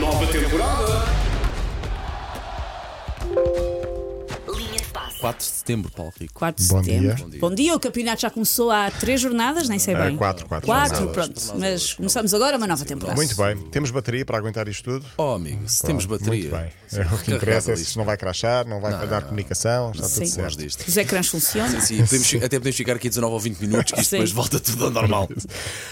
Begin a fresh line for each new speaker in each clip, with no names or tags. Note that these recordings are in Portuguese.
Nova temporada.
Linha de passe.
4 de setembro, Paulo Rico.
4 de
Bom
setembro.
dia.
Bom, dia. o campeonato já começou há três jornadas, nem sei É bem.
É, Ah, quatro, quatro
Quatro,
jornadas.
pronto. Mas começamos agora uma nova temporada.
Muito bem. Temos bateria para aguentar isto tudo?
Oh, amigo, se temos
Pronto,
bateria.
Muito bem. É, o que interessa é se isto
isto.
não vai crachar, não vai falhar comunicação, está
Sim.
tudo certo.
disto.
Os ecrãs funcionam.
Sim, podemos, fi- até podemos ficar aqui 19 ou 20 minutos, que isto
Sim.
depois volta tudo ao normal.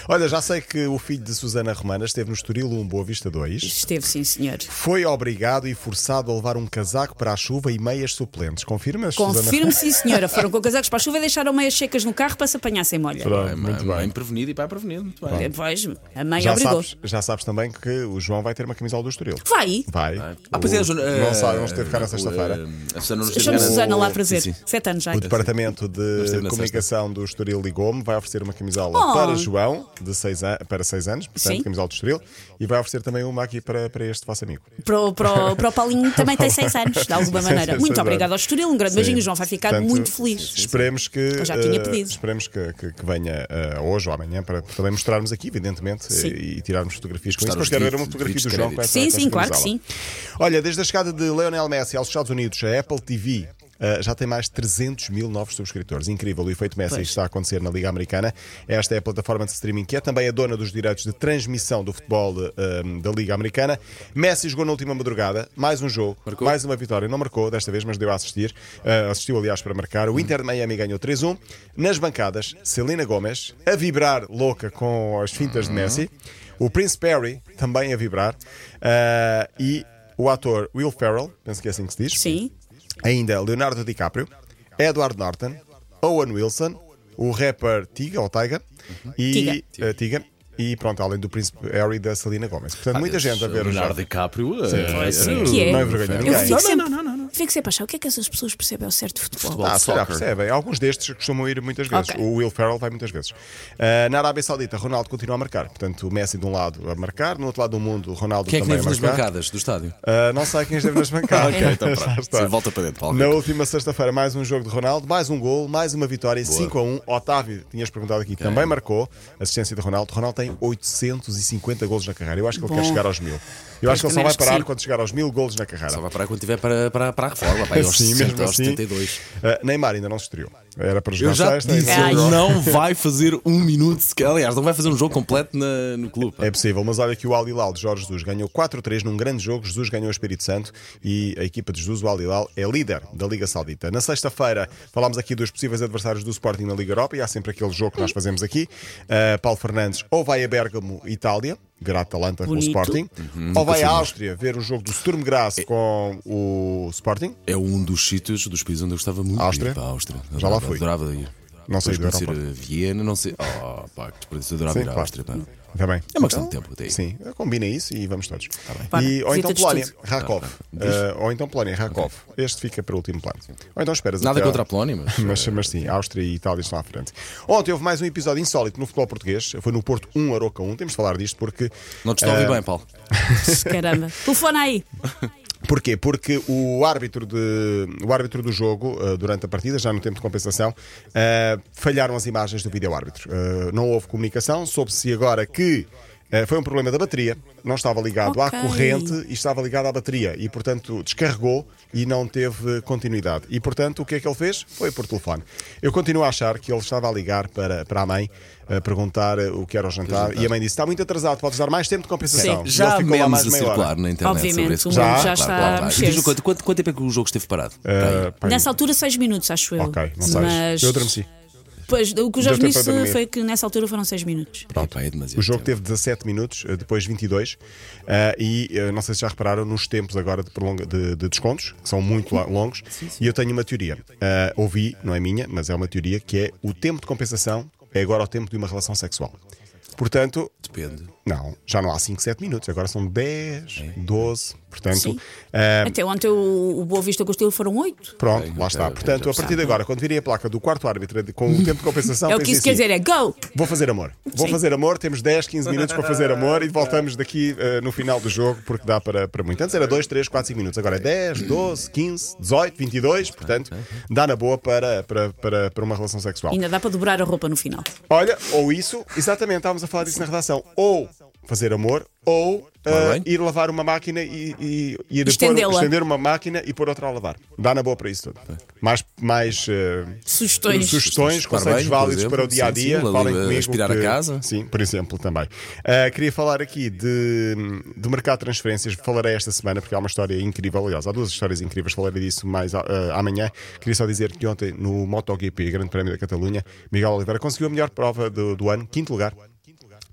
Olha, já sei que o filho de Susana Romana esteve no Estoril um Boa Vista 2.
Esteve, sim, senhor.
Foi obrigado e forçado a levar um casaco para a chuva e meias suplentes. Confirmas,
Confirmo, sim, senhora. Foram com casacos para a chuva e deixaram meias secas no carro para se apanhar sem molha.
Susana?
É,
Pronto, muito
mãe
bem.
prevenido e pai prevenido. Muito bem.
Depois, a mãe
Já
obrigou.
sabes, já sabes também que o João vai ter uma camisola do Estoril.
Vai.
Vai.
Ah, pois é,
O-
Jun-
Não
eh,
sabe, vamos ter de ficar na
o-
sexta-feira.
eh, A Susana não nos
Chamo
teve
Susana lá a
Sim,
trazer.
sim.
Sete anos já.
O Departamento
esteve
de
na
Comunicação do Estoril ligou-me, vai oferecer uma camisola
Oh.
para João, de seis an- para 6 anos, portanto,
Sim.
camisola do Estoril, e vai oferecer também uma aqui para, para este vosso amigo.
Para, o- para, o- para o Paulinho também tem seis anos, de alguma maneira.
Sim,
Muito
sim,
obrigado ao Estoril. Um grande
Sim.
beijinho, João. Vai ficar
Portanto,
muito feliz.
Esperemos que.
Eu já tinha
eh,
pedido.
Esperemos que, que- que venha eh, hoje ou amanhã para também mostrarmos aqui, evidentemente, eh,
Sim.
e, e tirarmos fotografias com
Postar
isso. Mas
os
quero ver
tweets,
uma fotografia
tweets
do João com
créditos.
essa
Sim, sim,
com essa
claro que
camisola.
sim.
Olha, desde a chegada de Lionel Messi aos Estados Unidos, a Apple TV. eh, já tem mais de 300 mil novos subscritores. Incrível. O efeito Messi
Pois.
está a acontecer na Liga Americana. Esta é a plataforma de streaming que é também a dona dos direitos de transmissão do futebol eh, da Liga Americana. Messi jogou na última madrugada, mais um jogo,
Marcou?
mais uma vitória. Não marcou desta vez, mas deu a assistir. Eh, assistiu, aliás, para marcar. O Inter de Miami ganhou 3-1. Nas bancadas, Selena Gomes a vibrar louca com as fintas
Uhum.
de Messi. O Prince Perry também a vibrar. Eh, e o ator Will Ferrell, penso que é assim que se diz.
Sim.
Ainda Leonardo DiCaprio, Edward Norton, Owen Wilson, o rapper Tiga, ou Tiga, e,
Uhum. Tiga.
eh, Tiga, e pronto, além do Príncipe Harry da Selena Gomez. Portanto, muita gente a ver os
Ah, Leonardo DiCaprio. eh,
Sim, que é.
Não envergonha
Eu
ninguém.
fico sempre, fico sempre a achar o que é que essas pessoas percebem ao certo de futebol.
Futebol.
Ah, será,
soccer.
percebem. Alguns destes costumam ir muitas vezes.
Ok.
O Will Ferrell vai muitas vezes. Ah, na Arábia Saudita, Ronaldo continua a marcar. Portanto, o Messi de um lado a marcar, no outro lado do mundo, o Ronaldo
Quem é que
também
teve
a
nas
marcar.
bancadas do estádio?
Ah, não sei quem esteve nas bancadas.
Ok, então pronto.
Já está.
Sim, volta para dentro, Paulo.
Na última sexta-feira, mais um jogo de Ronaldo, mais um gol, mais uma vitória, 5 a 1. Otávio, tinhas perguntado aqui, também marcou assistência de Ronaldo. Ronaldo tem 850 golos na carreira. Eu acho que ele
Bom.
quer chegar aos mil. Eu acho que ele só
também
vai
acho que é
parar
sim.
quando chegar aos mil golos na carreira.
Só vai parar quando tiver para, para, para a reforma, vai aos
Sim,
60,
mesmo
aos
assim.
72.
Ah, Neymar ainda não se estreou. Era para jogar
Eu já te
sexta.
disse,
ainda não
Ai.
ele
jogou.
não vai fazer um minuto. sequer. Aliás, não vai fazer um jogo completo na- no clube. pá.
É possível, mas olha que o Al Hilal de Jorge Jesus ganhou 4-3 num grande jogo. Jesus ganhou o Espírito Santo e a equipa de Jesus, o Al Hilal, é líder da Liga Saudita. Na sexta-feira falámos aqui dos possíveis adversários do Sporting na Liga Europa e há sempre aquele jogo que nós fazemos aqui. Uh, Paulo Fernandes ou vai a Bergamo, Itália, ver a Atalanta
Bonito.
com o Sporting, ou vai à Áustria ver o jogo do Sturm Graz com o Sporting.
É um dos sítios dos países onde eu gostava muito de
Áustria?
ir para a Áustria.
Já lá
Adorava-
fui.
Adorava ir.
Não sei do
Depois conhecer
aeroporto.
a Viena, não sei. Oh, pá, que desperdício. Adorava ir à
claro.
Áustria. Pá.
Está Tá bem. Então,
É uma questão de tempo Tá até aí.
Sim, combina isso e vamos todos.
Para,
E, ou então
visita de
Polónia,
estudo.
Tá,
Rakov. Eh, ou então Polónia, Rakov. Este fica para o último plano. Ou então esperas
Nada
até
contra a
ao-
Polónia, mas.
Mas, mas sim, Áustria e Itália estão à frente. Ontem houve mais um episódio insólito no futebol português. Foi no Porto 1, Aroca 1. Temos de falar disto porque.
Não te estou a
Eh,
ouvir bem, Paulo.
Caramba. Telefone aí.
Porquê? Porque o árbitro, de, o árbitro do jogo, eh, durante a partida, já no tempo de compensação, eh, falharam as imagens do vídeo-árbitro. Eh, não houve comunicação, soube-se agora que eh, foi um problema da bateria, não estava ligado à
Ok.
corrente e estava ligado à bateria. E, portanto, descarregou e não teve continuidade. E, portanto, o que é que ele fez? Foi por telefone. Eu continuo a achar que ele estava a ligar para, para a mãe, a perguntar eh, o que era o jantar, e a mãe disse: está muito atrasado, podes dar mais tempo de compensação.
Sim.
E
Já
ele
há
ficou lá
memes
mais
a
meia hora.
circular na internet sobre
Obviamente,
esse
o
caso.
mundo já
Claro,
está
claro,
a
claro. E
mexer-se.
diz-me quanto, quanto, quanto tempo é que o jogo esteve parado?
Eh, pá,
Nessa altura, seis minutos, acho eu.
Ok, não sabes. Eu adormeci.
Pois, o que o Jorge
Deu
me
tempo a dormir.
disse foi que nessa altura foram seis minutos.
Pá, pá, é demasiado
O jogo
tempo.
teve 17 minutos, eh, depois 22, eh, e eh, não sei se já repararam nos tempos agora de, prolonga- de- de descontos, que são muito la- longos, e eu tenho uma teoria. Eh, ouvi, não é minha, mas é uma teoria, que é o tempo de compensação é agora o tempo de uma relação sexual. Portanto,
Depende.
não, já não há 5, 7 minutos, agora são 10,
É.
12, portanto,
Sim.
eh,
Até ontem o, o Boa Vista com o Estilo foram oito.
pronto,
Ok,
lá está.
ok,
Portanto,
já
a partir de agora, quando virem a placa do quarto árbitro eh, de- com o tempo de compensação,
É o que
pensem
isso quer
assim,
dizer, é go!
Vou fazer amor. Vou fazer amor, temos 10, 15 minutos para fazer amor e voltamos daqui eh, no final do jogo, porque dá para, para muito. Antes era 2, 3, 4, 5 minutos, agora é 10, 12, 15, 18, 22, portanto, dá na boa para, para, para, para uma relação sexual.
Ainda dá para dobrar a roupa no final.
Olha, ou isso, exatamente, estávamos a falar disso na redação, ou fazer amor ou ah,
bem.
ir lavar uma máquina e, e- e ir pôr-
Estendê-la.
estender uma máquina e pôr outra a lavar. Dá na boa para isso tudo. Mais, mais eh,
Sugestões.
sugestões,
Sugestões de
conselhos
barbeiro,
válidos
por exemplo.
para o dia a dia.
Sim, sim,
Falem
ali,
comigo.
aspirar a
que-
casa.
Sim, por exemplo, também. Ah, queria falar aqui de, do mercado de transferências. Falarei esta semana porque há uma história incrível. Aliás, há duas histórias incríveis. Falarei disso mais ah, ah, amanhã. Queria só dizer que ontem, no MotoGP, Grande Prémio da Catalunha, Miguel Oliveira conseguiu a melhor prova do, do ano, quinto lugar.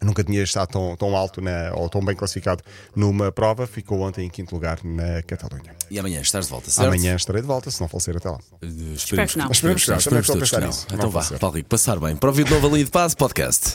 Nunca tinha estado tão, tão alto na, ou tão bem classificado numa prova. Ficou ontem em quinto lugar na Catalunha.
E amanhã estás de volta, certo?
Amanhã estarei de volta, se não falecer até lá.
Eh, Esperemos,
que não.
Esperemos que não, também estou a
todos
pensar
que não.
nisso. Não
Então vá,
pode ser.
Paulo Rico, passar bem. Para ouvir de novo a linha de passe, podcast.